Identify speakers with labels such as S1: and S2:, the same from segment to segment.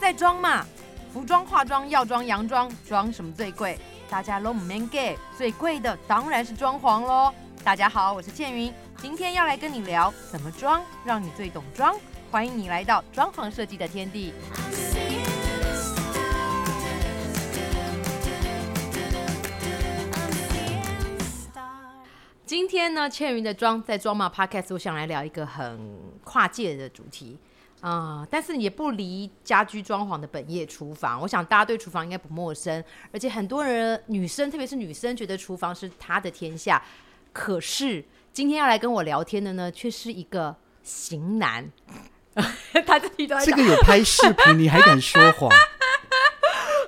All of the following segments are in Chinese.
S1: 在装嘛。服装、化妆、药妆、洋装，装什么最贵？大家都唔 man gay，最贵的当然是装潢喽。大家好，我是倩云，今天要来跟你聊怎么装，让你最懂装。欢迎你来到装潢设计的天地。今天呢，倩云的装在装嘛 podcast，我想来聊一个很跨界的主题。啊、但是也不离家居装潢的本业——厨房。我想大家对厨房应该不陌生，而且很多人女生，特别是女生，觉得厨房是她的天下。可是今天要来跟我聊天的呢，却是一个型男， 他自己都在
S2: 这
S1: 讲
S2: 个有拍视频，你还敢说谎？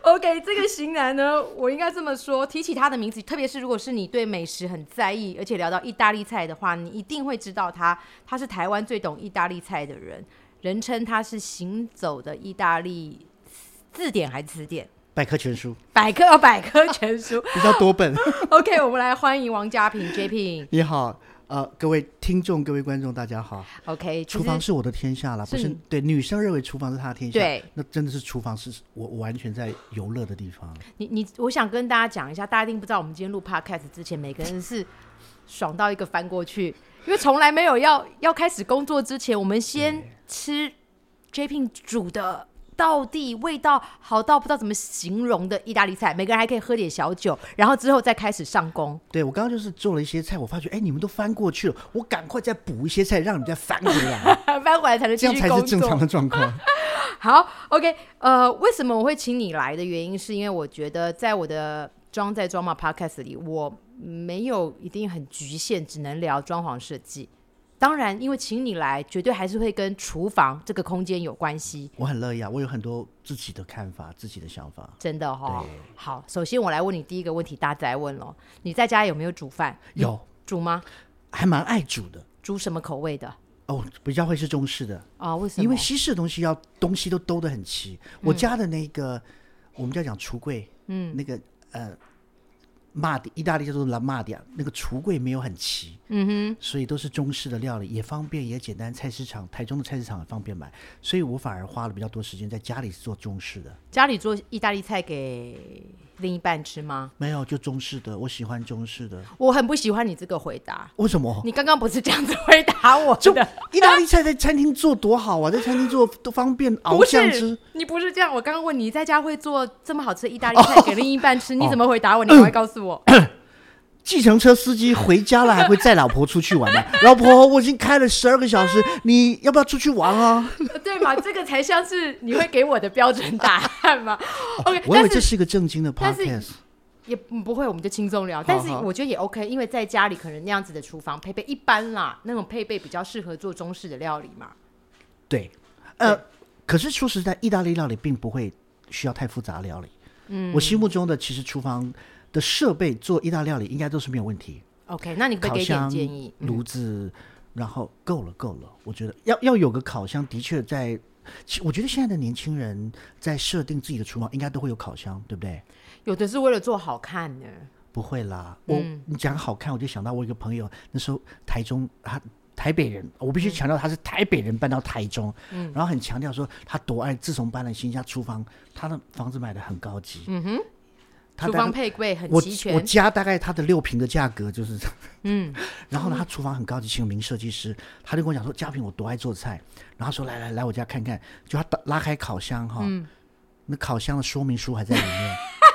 S1: OK，这个型男呢， 我应该这么说，提起他的名字，特别是如果是你对美食很在意，而且聊到意大利菜的话，你一定会知道他，他是台湾最懂意大利菜的人，人称他是行走的意大利字典还是词典，
S2: 百科全书
S1: 百科哦百科全书。
S2: 比较多本。
S1: OK，我们来欢迎王家平 J P。
S2: 你好，呃，各位听众、各位观众，大家好。
S1: OK，其
S2: 厨
S1: 实
S2: 房是我的天下啦，不
S1: 是
S2: 是
S1: 你
S2: 对女生认为厨房是她的天下，
S1: 对，
S2: 那真的是厨房是我我完全在游乐的地方。
S1: 你你，我想跟大家讲一下，大家一定不知道，我们今天录 podcast 之前，每个人是爽到一个翻过去，因为从来没有要要开始工作之前，我们先吃 J P 煮的。到底味道好到不知道怎么形容的意大利菜，每个人还可以喝点小酒，然后之后再开始上工。
S2: 对我刚刚就是做了一些菜，我发觉哎，你们都翻过去了，我赶快再补一些菜，让你们再翻 回来，
S1: 翻回来才能
S2: 这
S1: 继
S2: 样
S1: 续
S2: 才
S1: 工
S2: 是
S1: 作。
S2: 正常的状况。
S1: 好，OK，呃，为什么我会请你来的原因，是因为我觉得在我的装在装嘛 Podcast 里，我没有一定很局限，只能聊装潢设计。当然，因为请你来，绝对还是会跟厨房这个空间有关系，
S2: 我很乐意啊，我有很多自己的看法、自己的想法。
S1: 真的哈、好，首先我来问你第一个问题，大灾问咯，你在家有没有煮饭？
S2: 有，
S1: 煮吗？
S2: 还蛮爱煮的
S1: 煮什么口味的？
S2: 哦，比较会是中式的。
S1: 啊、为什么？嗯
S2: 因为西式的东西要东西都兜得很齐。我家的那个，我们叫讲橱柜，嗯，那个呃，马的意大利叫做拉马的，那个橱柜没有很齐，嗯哼，所以都是中式的料理，也方便也简单。菜市场，台中的菜市场很方便买，所以我反而花了比较多时间在家里做中式的，
S1: 家里做意大利菜给另一半吃吗？
S2: 没有就中式的，我喜欢中式的。
S1: 我很不喜欢你这个回答，
S2: 为什么？
S1: 你刚刚不是这样子回答我
S2: 哦就
S1: 的？
S2: 意大利菜在餐厅做多好啊，在餐厅做都方便，熬
S1: 不
S2: 酱汁
S1: 是。，你不是这样。我刚刚问你在家会做这么好吃的意大利 菜给另一半
S2: 哦
S1: 吃，你怎么回答我？你赶快告诉我。
S2: 计程车司机回家了还会载老婆出去 玩呢、老婆，我已经开了十二个小时，你要不要出去 玩啊？
S1: 对嘛？这个才像是你会给我的标准答案 嘛？OK，
S2: 哦我以为
S1: 但
S2: 这
S1: 是
S2: 是一个正经的
S1: 但是
S2: podcast，
S1: 也嗯不会，我们就轻松聊。但是
S2: 好
S1: 我觉得也 OK，因为在家里可能那样子的厨房配备一般啦，那种配备比较适合做中式的料理嘛。
S2: 对，呃，可是说实在，意大利料理并不会需要太复杂料理。嗯，我心目中的其实厨房的设备做意大利料理应该都是没有问题，
S1: OK，那你可不可
S2: 烤
S1: 以给点
S2: 箱
S1: 建议、、嗯
S2: 炉子，然后够了够了。我觉得要要有个烤箱，的确在，其我觉得现在的年轻人在设定自己的厨房，应该都会有烤箱，对不对？
S1: 有的是为了做好看的，
S2: 不会啦，
S1: 嗯
S2: 我、你讲好看，我就想到我一个朋友，那时候台中他台北人，
S1: 嗯
S2: 我必须强调他是台北人搬到台中，然后很强调说他多爱，自从搬了新家厨房，他的房子买的很高级，嗯哼，他
S1: 厨
S2: 大
S1: 房
S2: 概
S1: 配备很
S2: 我
S1: 齐
S2: 我
S1: 全。
S2: 家大概他的六平的价格就是，嗯， 然后呢，他厨房很高级，请名设计师，他就跟我讲说，家平我多爱做菜，然后他说来来来我家看看，就他打拉开烤箱哈，
S1: 嗯
S2: 那烤箱的说明书还在里面，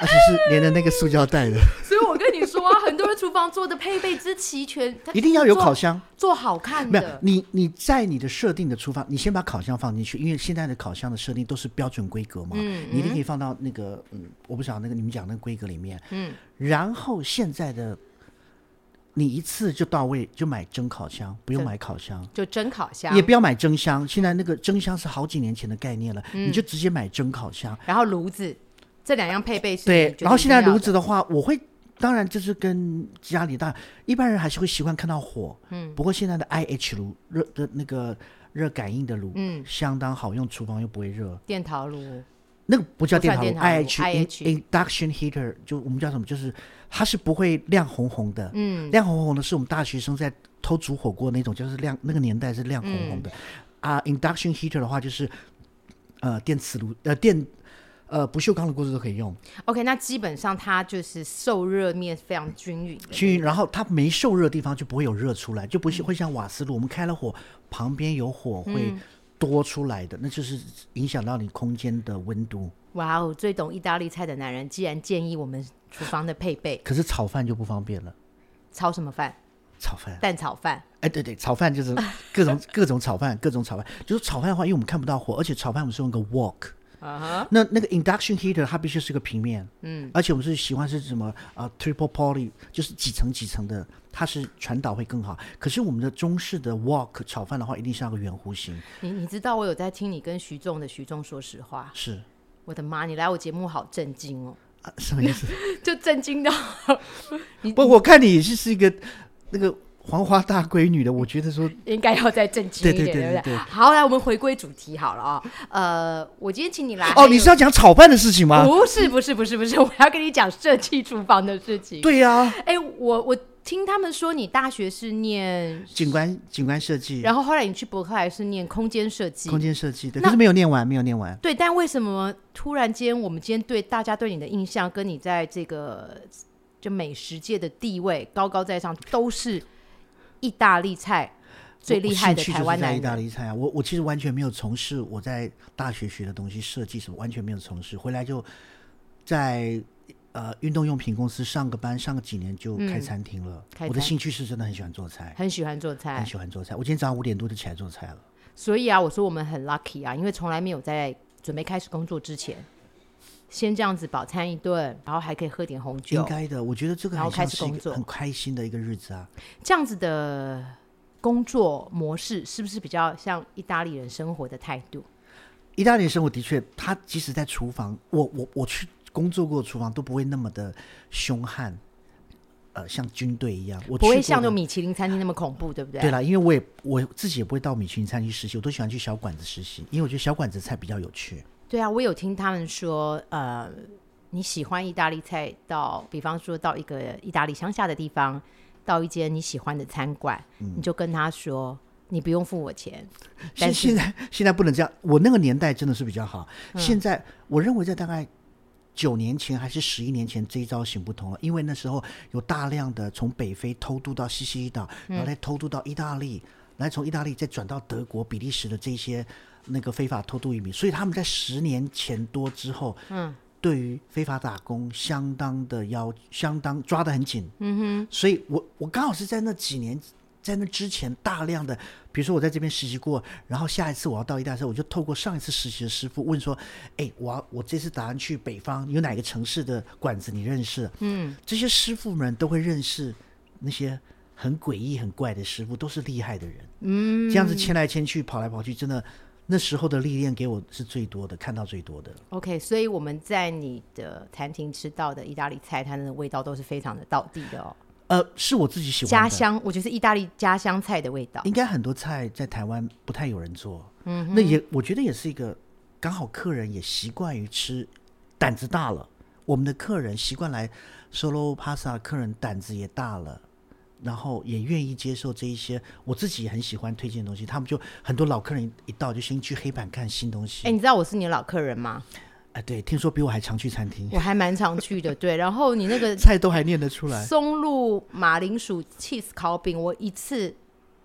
S2: 而且是连着那个塑胶袋的。
S1: 所以我跟你说、啊，很多人厨房做的配备之齐全，它
S2: 一定要有烤箱。
S1: 做好看
S2: 没有
S1: 的。
S2: 你，你在你的设定的厨房，你先把烤箱放进去，因为现在的烤箱的设定都是标准规格嘛，
S1: 嗯
S2: 你一定可以放到那个，嗯，我不晓得那个你们讲那个规格里面，嗯，然后现在的你一次就到位，就买蒸烤箱，不用
S1: 蒸
S2: 买烤箱，
S1: 就蒸烤箱
S2: 也，不要买蒸箱，现在那个蒸箱是好几年前的概念了，
S1: 嗯
S2: 你就直接买蒸烤箱，
S1: 然后炉子，这两样配备是你
S2: 对
S1: 觉，得
S2: 然后现在
S1: 一定要
S2: 炉
S1: 的
S2: 子的话，我会，当然这是跟家里大一般人还是会习惯看到火，嗯，不过现在的 IH 炉热的那个热感应的炉，嗯，相当好用，厨房又不会热，
S1: 电陶炉，
S2: 那个不叫
S1: 不算
S2: 电陶炉
S1: 电
S2: ，IH
S1: 陶炉 IH
S2: in- induction heater 就我们叫什么，就是它是不会亮红红的，嗯，亮红红的是我们大学生在偷煮火锅那种，就是亮那个年代是亮红红的，啊，induction heater 的话就是呃电磁炉呃电呃不锈钢的锅子都可以用。
S1: OK，那基本上它就是受热面非常均匀的。
S2: 均匀，然后它没受热的地方就不会有热出来，就不是会像瓦斯炉，我们开了火，旁边有火会多出来的，那就是影响到你空间的温度。
S1: 哇哦，最懂意大利菜的男人，既然建议我们厨房的配备，
S2: 可是炒饭就不方便了，
S1: 炒什么饭？
S2: 炒饭，
S1: 蛋炒饭。
S2: 哎，对对，炒饭就是各种各种炒饭，各种炒饭，就是炒饭的话，因为我们看不到火，而且炒饭我们是用一个 wok。
S1: 啊哈，
S2: 那那个 induction heater 它必须是个平面，嗯，而且我们是喜欢是什么啊、triple poly，就是几层几层的，它是传导会更好。可是我们的中式的 wok 炒饭的话，一定是要个圆弧形，
S1: 你你知道我有在听你跟徐仲的徐仲说实话，
S2: 是
S1: 我的妈，你来我节目好震惊哦，
S2: 啊，什么意思？
S1: 就震惊到
S2: 不，我看你是是一个那个黄花大闺女的，我觉得说
S1: 应该要再震惊一点，
S2: 对对对
S1: 不对？
S2: 对对
S1: 好，来我们回归主题好了啊、呃，我今天请你来，还
S2: 哦，
S1: 有
S2: 你是要讲炒饭的事情吗？
S1: 不是不是不是不是，我要跟你讲设计厨房的事情。
S2: 对呀、
S1: 哎、我我听他们说你大学是念，
S2: 景观景观设计，
S1: 然后后来你去伯克莱是念空间设计
S2: 空。间设计，对，
S1: 那
S2: 可是没有念完，没有念完。
S1: 对，但为什么突然间我们今天对大家对你的印象，跟你在这个就美食界的地位高高在上，都是意大利菜最
S2: 我
S1: 厉
S2: 我
S1: 害的
S2: 兴趣
S1: 台
S2: 就是
S1: 湾
S2: 在
S1: 男
S2: 意大
S1: 人？
S2: 利菜啊，我我其实完全没有从事我在大学学的东西，设计什么完全没有从事，回来就在呃运动用品公司上个班，上个几年就开餐厅了。
S1: 开
S2: 我的
S1: 餐
S2: 兴趣是真的很喜欢做菜，
S1: 很喜欢做菜
S2: 很，喜欢做菜。我今天早上五点多就起来做菜了。
S1: 所以啊，我说我们很 lucky 啊，因为从来没有在准备开始工作之前，先这样子饱餐一顿，然后还可以喝点红
S2: 应
S1: 酒，
S2: 该的，我觉得这个
S1: 然
S2: 很
S1: 后开
S2: 像
S1: 始
S2: 是一
S1: 工
S2: 个
S1: 作
S2: 很开心的一个日子啊。
S1: 这样子的工作模式是不是比较像意大利人生活的态度？
S2: 意大利生活的确，他即使在厨房，我我我去工作过的厨房都不会那么的凶悍，呃，像军队一样。我
S1: 不
S2: 去
S1: 会
S2: 过
S1: 像那
S2: 的
S1: 种米其林餐厅那么恐怖，对不对？
S2: 啊对啦，因为我也我自己也不会到米其林餐厅实习，我都喜欢去小馆子实习，因为我觉得小馆子菜比较有趣。
S1: 对啊，我有听他们说，呃，你喜欢意大利菜到，比方说到一个意大利乡下的地方，到一间你喜欢的餐馆，你就跟他说，你不用付我钱，但
S2: 现
S1: 是
S2: 现在现在不能这样，我那个年代真的是比较好。现在我认为在大概九年前还是十一年前，这一招行不通了，因为那时候有大量的从北非偷渡到西西里岛，然后再偷渡到意大利，来从意大利再转到德国、比利时的这些那个非法偷渡移民，所以他们在十年前多之后，嗯。对于非法打工相当的要相当抓得很紧，嗯哼，所以我我刚好是在那几年在那之前大量的，比如说我在这边实习过，然后下一次我要到意大利的时候，我就透过上一次实习的师傅问说，哎，我要我这次打算去北方，有哪个城市的馆子你认识？嗯，这些师傅们都会认识那些很诡异、很怪的师傅，都是厉害的人。嗯，这样子牵来牵去、跑来跑去，真的那时候的历练给我是最多的，看到最多的。
S1: OK，所以我们在你的餐厅吃到的意大利菜，它的味道都是非常的道地的哦，
S2: 呃，是我自己喜欢
S1: 家
S2: 的
S1: 乡，我觉得是意大利家乡菜的味道。
S2: 应该很多菜在台湾不太有人做，嗯，那也我觉得也是一个刚好客人也习惯于吃，胆子大了，我们的客人习惯来 solo pasta，客人胆子也大了。然后也愿意接受这一些，我自己也很喜欢推荐的东西。他们就很多老客人一到就先去黑板看新东西。
S1: 哎，你知道我是你的老客人吗？
S2: 哎，对，听说比我还常去餐厅，
S1: 我还蛮常去的，对。然后你那 个
S2: 菜都还念得出来。
S1: 松露马铃薯 cheese 烤饼，我一次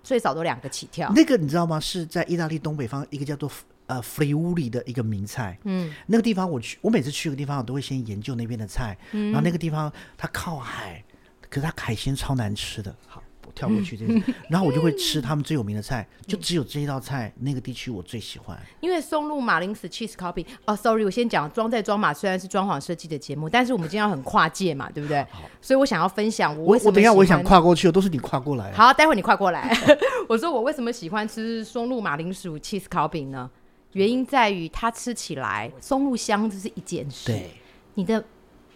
S1: 最少都两个起跳。
S2: 那个你知道吗？是在意大利东北方一个叫做呃弗里乌里的一个名菜。嗯，那个地方我去，我每次去一个地方，我都会先研究那边的菜。嗯，然后那个地方它靠海，可是它海鲜超难吃的。好，我跳过去这
S1: 嗯
S2: 个， 然后我就会吃他们最有名的菜，就只有这一道菜，那个地区我最喜欢。
S1: 因为松露马铃薯 cheese 烤饼，哦，sorry，我先讲装在装马虽然是装潢设计的节目，但是我们今天要很跨界嘛，对不对？所以我想要分享我
S2: 我
S1: 为什么
S2: 我等一下
S1: 喜
S2: 我也想
S1: 欢
S2: 跨过去，都是你跨过来。啊
S1: 好，待会你快过来。 我说我为什么喜欢吃松露马铃薯 cheese 烤饼呢？原因在于它吃起来松露香，这是一件事。
S2: 嗯对，
S1: 你的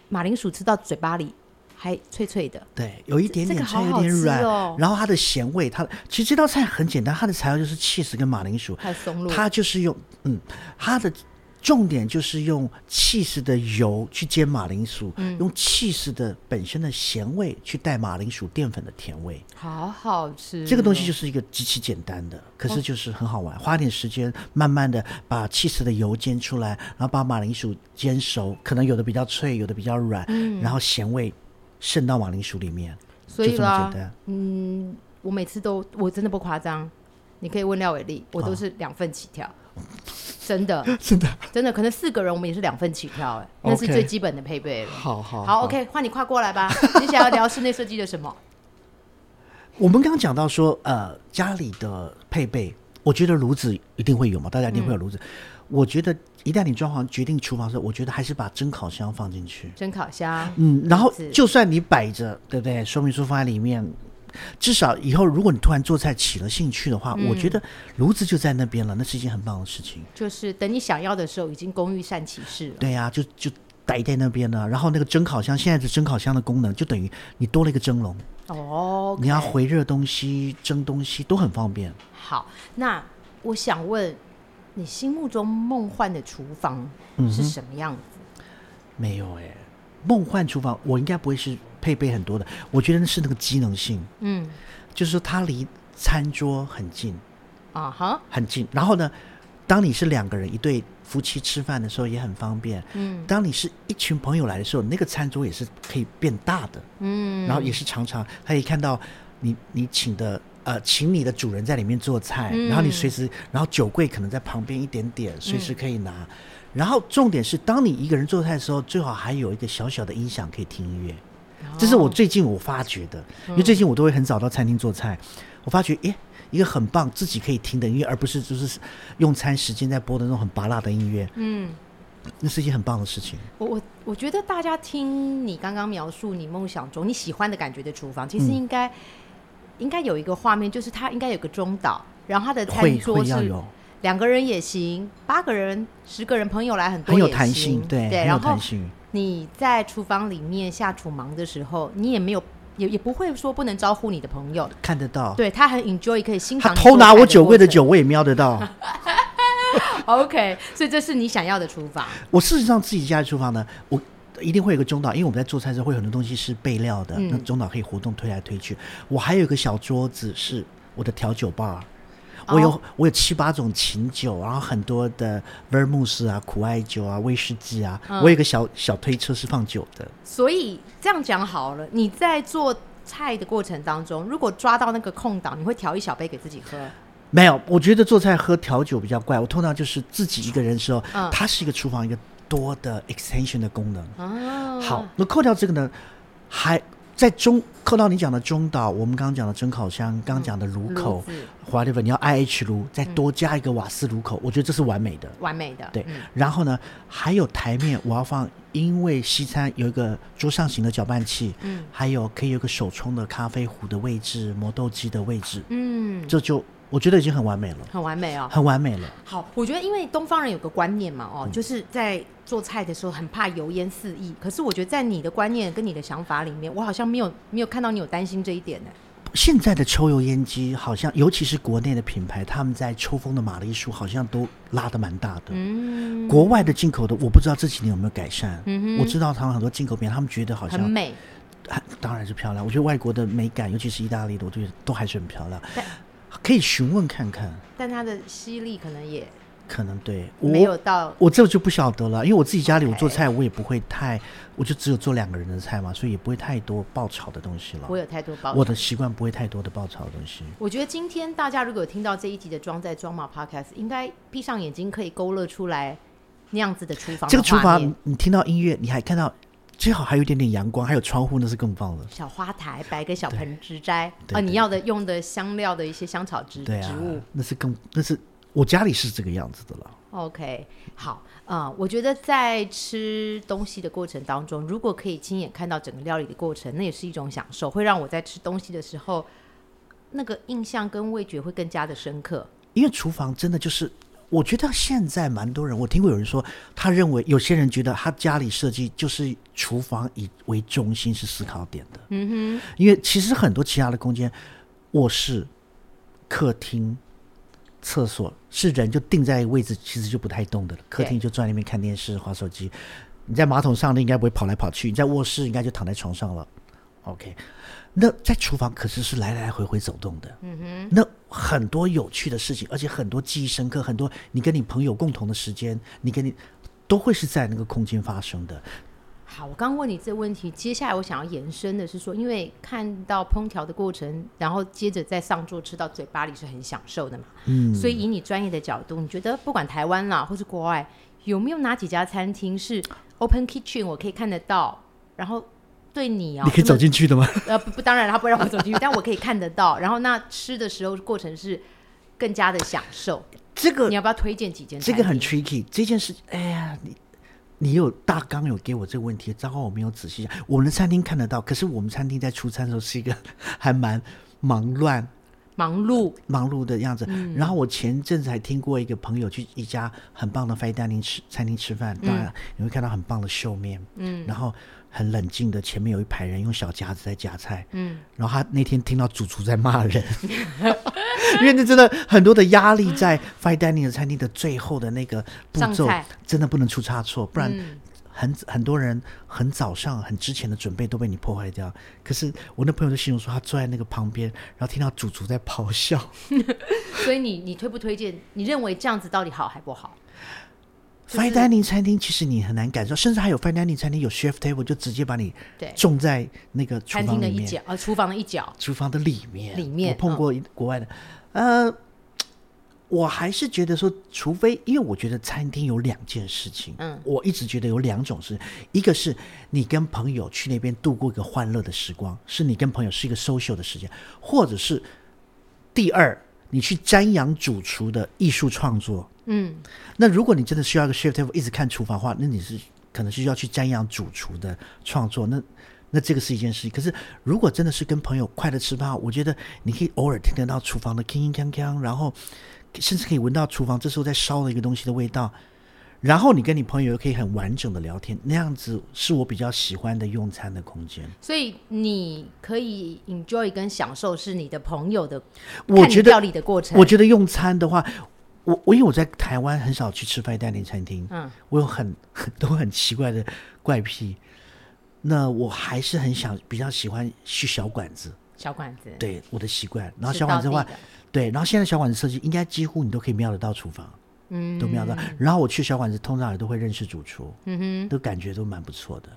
S1: 马铃薯吃到嘴巴里还脆脆的，
S2: 对，有一点
S1: 这
S2: 点
S1: 个
S2: 脆，
S1: 好
S2: 有
S1: 好
S2: 点
S1: 吃
S2: 软，
S1: 哦
S2: 然后它的咸味，它其实这道菜很简单，它的材料就是 cheese 跟马铃薯，
S1: 还有松露。
S2: 它就是用嗯，它的重点就是用气势的油去煎马铃薯，
S1: 嗯
S2: 用气势的本身的咸味去带马铃薯淀粉的甜味。
S1: 好好吃哦。
S2: 这个东西就是一个极其简单的，可是就是很好玩。花点时间，慢慢的把气势的油煎出来，然后把马铃薯煎熟，可能有的比较脆，有的比较软，然后咸味渗到马铃薯里面，
S1: 嗯所以
S2: 就这么
S1: 啦
S2: 简单。
S1: 嗯，我每次都我真的不夸张，你可以问廖伟丽，我都是两份起跳，真 的
S2: 真的，
S1: 真的，可能四个人我们也是两份起跳、哎，那是
S2: OK
S1: 最基本的配备了。
S2: 好好
S1: 好，OK，换你跨过来吧。你想要聊室内设计的什么？
S2: 我们刚刚讲到说，呃，家里的配备，我觉得炉子一定会有嘛，大家一定会有炉子。我觉得一旦你装潢决定厨房的时候，我觉得还是把蒸烤箱放进去。
S1: 蒸烤箱，
S2: 嗯，然后
S1: 是
S2: 就算你摆着，对不对？说明书放在里面，至少以后如果你突然做菜起了兴趣的话，我觉得炉子就在那边了，那是一件很棒的事情。
S1: 就是等你想要的时候，已经工欲善其事了。
S2: 对呀、就就待在那边呢。然后那个蒸烤箱，现在的蒸烤箱的功能就等于你多了一个蒸笼，
S1: 哦，OK，
S2: 你要回热东西、蒸东西都很方便。
S1: 好，那我想问你心目中梦幻的厨房
S2: 嗯
S1: 是什么样子？
S2: 没有哎、梦幻厨房我应该不会是配备很多的，我觉得那是那个机能性，
S1: 嗯，
S2: 就是说它离餐桌很近
S1: 啊哈，
S2: 很近。然后呢，当你是两个人一对夫妻吃饭的时候也很方便，
S1: 嗯
S2: 当你是一群朋友来的时候，那个餐桌也是可以变大的，
S1: 嗯，
S2: 然后也是常常可以看到你你请的。呃，请你的主人在里面做菜，
S1: 嗯
S2: 然后你随时，然后酒柜可能在旁边一点点，随时可以拿。然后重点是，当你一个人做菜的时候，最好还有一个小小的音响可以听音乐。这是我最近我发觉的，
S1: 哦
S2: 因为最近我都会很早到餐厅做菜，我发觉耶，一个很棒自己可以听的音乐，而不是就是用餐时间在播的那种很拔辣的音乐，
S1: 嗯。
S2: 那是一件很棒的事情。
S1: 我我我觉得大家听你刚刚描述你梦想中你喜欢的感觉的厨房，
S2: 嗯
S1: 其实应该、应该有一个画面，就是它应该有个中岛，然后它的餐
S2: 会
S1: 桌
S2: 会要
S1: 是
S2: 有，
S1: 两个人也行，八个人、十个人，朋友来很多
S2: 很
S1: 也
S2: 有
S1: 行，
S2: 弹性，对，很有
S1: 然后
S2: 弹性。
S1: 你在厨房里面下厨忙的时候，你也没有也也不会说不能招呼你的朋友，
S2: 看得到，
S1: 对他很 enjoy 可以欣赏
S2: 哦他
S1: 你
S2: 偷
S1: 做
S2: 拿
S1: 菜
S2: 我酒
S1: 过
S2: 柜的
S1: 程
S2: 酒，我也瞄得到。
S1: ，OK，所以这是你想要的厨房，
S2: 我事实上自己家的厨房呢，我一定会有个中岛，因为我们在做菜的时候会有很多东西是备料的，
S1: 嗯
S2: 那中岛可以活动推来推去。我还有一个小桌子是我的调酒吧。我有、
S1: 哦
S2: 我有七八种琴酒，然后很多的 vermouth 啊、苦艾酒啊、威士忌啊。
S1: 嗯
S2: 我有一个小小推车是放酒的，
S1: 所以这样讲好了，你在做菜的过程当中，如果抓到那个空档，你会调一小杯给自己喝。
S2: 没有。我觉得做菜喝调酒比较怪，我通常就是自己一个人的时候，
S1: 嗯
S2: 它是一个厨房一个多的 extension 的功能。
S1: 啊，
S2: 好，，那扣掉这个呢，还在中扣到你讲的中岛，我们刚刚讲的蒸烤箱，刚刚讲的炉口
S1: 嗯炉子嗯
S2: ，whatever，你要 IH 炉，再多加一个瓦斯炉口，我觉得这是完美的。
S1: 完美的，
S2: 对
S1: 嗯，
S2: 然后呢，还有台面，我要放，因为西餐有一个桌上型的搅拌器，
S1: 嗯
S2: 还有可以有个手冲的咖啡壶的位置，磨豆机的位置，
S1: 嗯，
S2: 这就我觉得已经很完美了，
S1: 很完美哦。
S2: 很完美了。
S1: 好，我觉得因为东方人有个观念嘛，
S2: 嗯
S1: 哦，就是在做菜的时候很怕油烟四溢。可是我觉得在你的观念跟你的想法里面，我好像没有没有看到你有担心这一点呢。
S2: 现在的抽油烟机好像，尤其是国内的品牌，他们在抽风的马铃薯好像都拉得蛮大的。
S1: 嗯，
S2: 国外的进口的，我不知道这几年有没有改善。我知道他们很多进口品牌，他们觉得好
S1: 很
S2: 像、
S1: 美，
S2: 啊当然是漂亮。我觉得外国的美感，尤其是意大利的，我觉得都还是很漂亮
S1: 但。
S2: 可以询问看看，
S1: 但它的吸力可能也
S2: 可能对
S1: 没有
S2: 我
S1: 到
S2: 我这就不晓得了，因为我自己家里
S1: OK
S2: 我做菜，我也不会太，我就只有做两个人的菜嘛，所以也不会太多爆炒的东西了。
S1: 我有太多包
S2: 我的习惯不会太多的爆炒的东西。
S1: 我觉得今天大家如果有听到这一集的《装在装马 Podcast》，应该闭上眼睛可以勾勒出来那样子的厨房的
S2: 这个厨
S1: 画
S2: 房，
S1: 面
S2: 你你听到音乐，你还看到最好还有一点点阳光，还有窗户，那是更棒的。
S1: 小花台摆个小盆植栽，
S2: 对
S1: 啊，
S2: 对
S1: 你要的用的香料的一些香草植
S2: 对啊
S1: 植物。，
S2: 那是更那是我家里是这个样子的了。
S1: OK，好，呃，我觉得在吃东西的过程当中，如果可以亲眼看到整个料理的过程，那也是一种享受，会让我在吃东西的时候，那个印象跟味觉会更加的深刻。
S2: 因为厨房真的就是，我觉得现在蛮多人，我听过有人说，他认为有些人觉得他家里设计就是厨房以为中心是思考点的。嗯哼，因为其实很多其他的空间，卧室、客厅、厕所是人就定在位置，其实就不太动的了。客
S1: 对
S2: 厅就坐在那边看电视、划手机。你在马桶上，那应该不会跑来跑去；你在卧室，应该就躺在床上了。OK，那在厨房可是是来来回回走动的。嗯哼，那很多有趣的事情，而且很多记忆深刻，很多你跟你朋友共同的时间，你跟你都会是在那个空间发生的。
S1: 好，我刚问你这个问题，接下来我想要延伸的是说，因为看到烹调的过程，然后接着再上桌吃到嘴巴里是很享受的嘛。嗯，所以以你专业的角度，你觉得不管台湾啦，或是国外，有没有哪几家餐厅是 open kitchen 我可以看得到，然后对你啊、
S2: 你可以
S1: 那
S2: 走
S1: 么
S2: 进去的吗？
S1: 呃不不，当然他不会让我走进去， 但我可以看得到。然后那吃的时候过程是更加的享受。
S2: 这个
S1: 你要不要推荐几间餐
S2: 呃这
S1: 厅？
S2: 个很 tricky，这件事，哎呀，你你有大纲有给我这个问题，糟糕，我没有仔细想。我们的餐厅看得到，可是我们餐厅在出餐的时候是一个还蛮忙乱、
S1: 忙碌，
S2: 忙碌的样子。然后我前阵子还听过一个朋友去一家很棒的 fine dining 吃餐厅吃饭，当然你会看到很棒的秀面，嗯，然后很冷静的，前面有一排人用小夹子在夹菜，嗯，然后他那天听到主厨在骂人。因为那真的很多的压力在 fine dining 的餐厅的最后的那个步
S1: 上
S2: 骤
S1: 菜，
S2: 真的不能出差错，不然很、很多人很早上很之前的准备都被你破坏掉。可是我那朋友就形容说，他坐在那个旁边，然后听到主厨在咆哮，
S1: 所以你你推不推荐？你认为这样子到底好还不好？就是
S2: fine dining 餐厅其实你很难感受，甚至还有 fine dining 餐厅有 chef table 就直接把你
S1: 对
S2: 种在那个厨
S1: 餐厅
S2: 房
S1: 的
S2: 里
S1: 一
S2: 面，
S1: 角，呃，厨房的一角，
S2: 厨房的里面，
S1: 里面嗯
S2: 我碰过一国外的，呃，我还是觉得说，除非因为我觉得餐厅有两件事情，
S1: 嗯，
S2: 我一直觉得有两种事，一个是你跟朋友去那边度过一个欢乐的时光，是你跟朋友是一个 social 的时间，或者是第二，你去瞻仰主厨的艺术创作，
S1: 嗯，
S2: 那如果你真的需要一个 shift table 一直看厨房的话，那你是可能是要去瞻仰主厨的创作，那那这个是一件事情。可是如果真的是跟朋友快乐吃饭，我觉得你可以偶尔听得到厨房的铿铿锵锵，然后甚至可以闻到厨房这时候在烧的一个东西的味道。然后你跟你朋友又可以很完整的聊天，那样子是我比较喜欢的用餐的空间。
S1: 所以你可以 enjoy 跟享受是你的朋友的，
S2: 我
S1: 看你
S2: 觉得
S1: 料理的过程，
S2: 我觉得用餐的话，我我因为我在台湾很少去吃饭店餐厅，
S1: 嗯，
S2: 我有很 都很奇怪的怪癖，那我还是很想比较喜欢去小馆子，
S1: 小馆子，
S2: 对我的习惯。然后
S1: 吃
S2: 小馆
S1: 道
S2: 子的话
S1: 地的，
S2: 对，然后现在小馆子设计应该几乎你都可以瞄得到厨房，
S1: 嗯，
S2: 都瞄得到。然后我去小馆子，通常也都会认识主厨，
S1: 嗯哼，
S2: 都感觉都蛮不错的。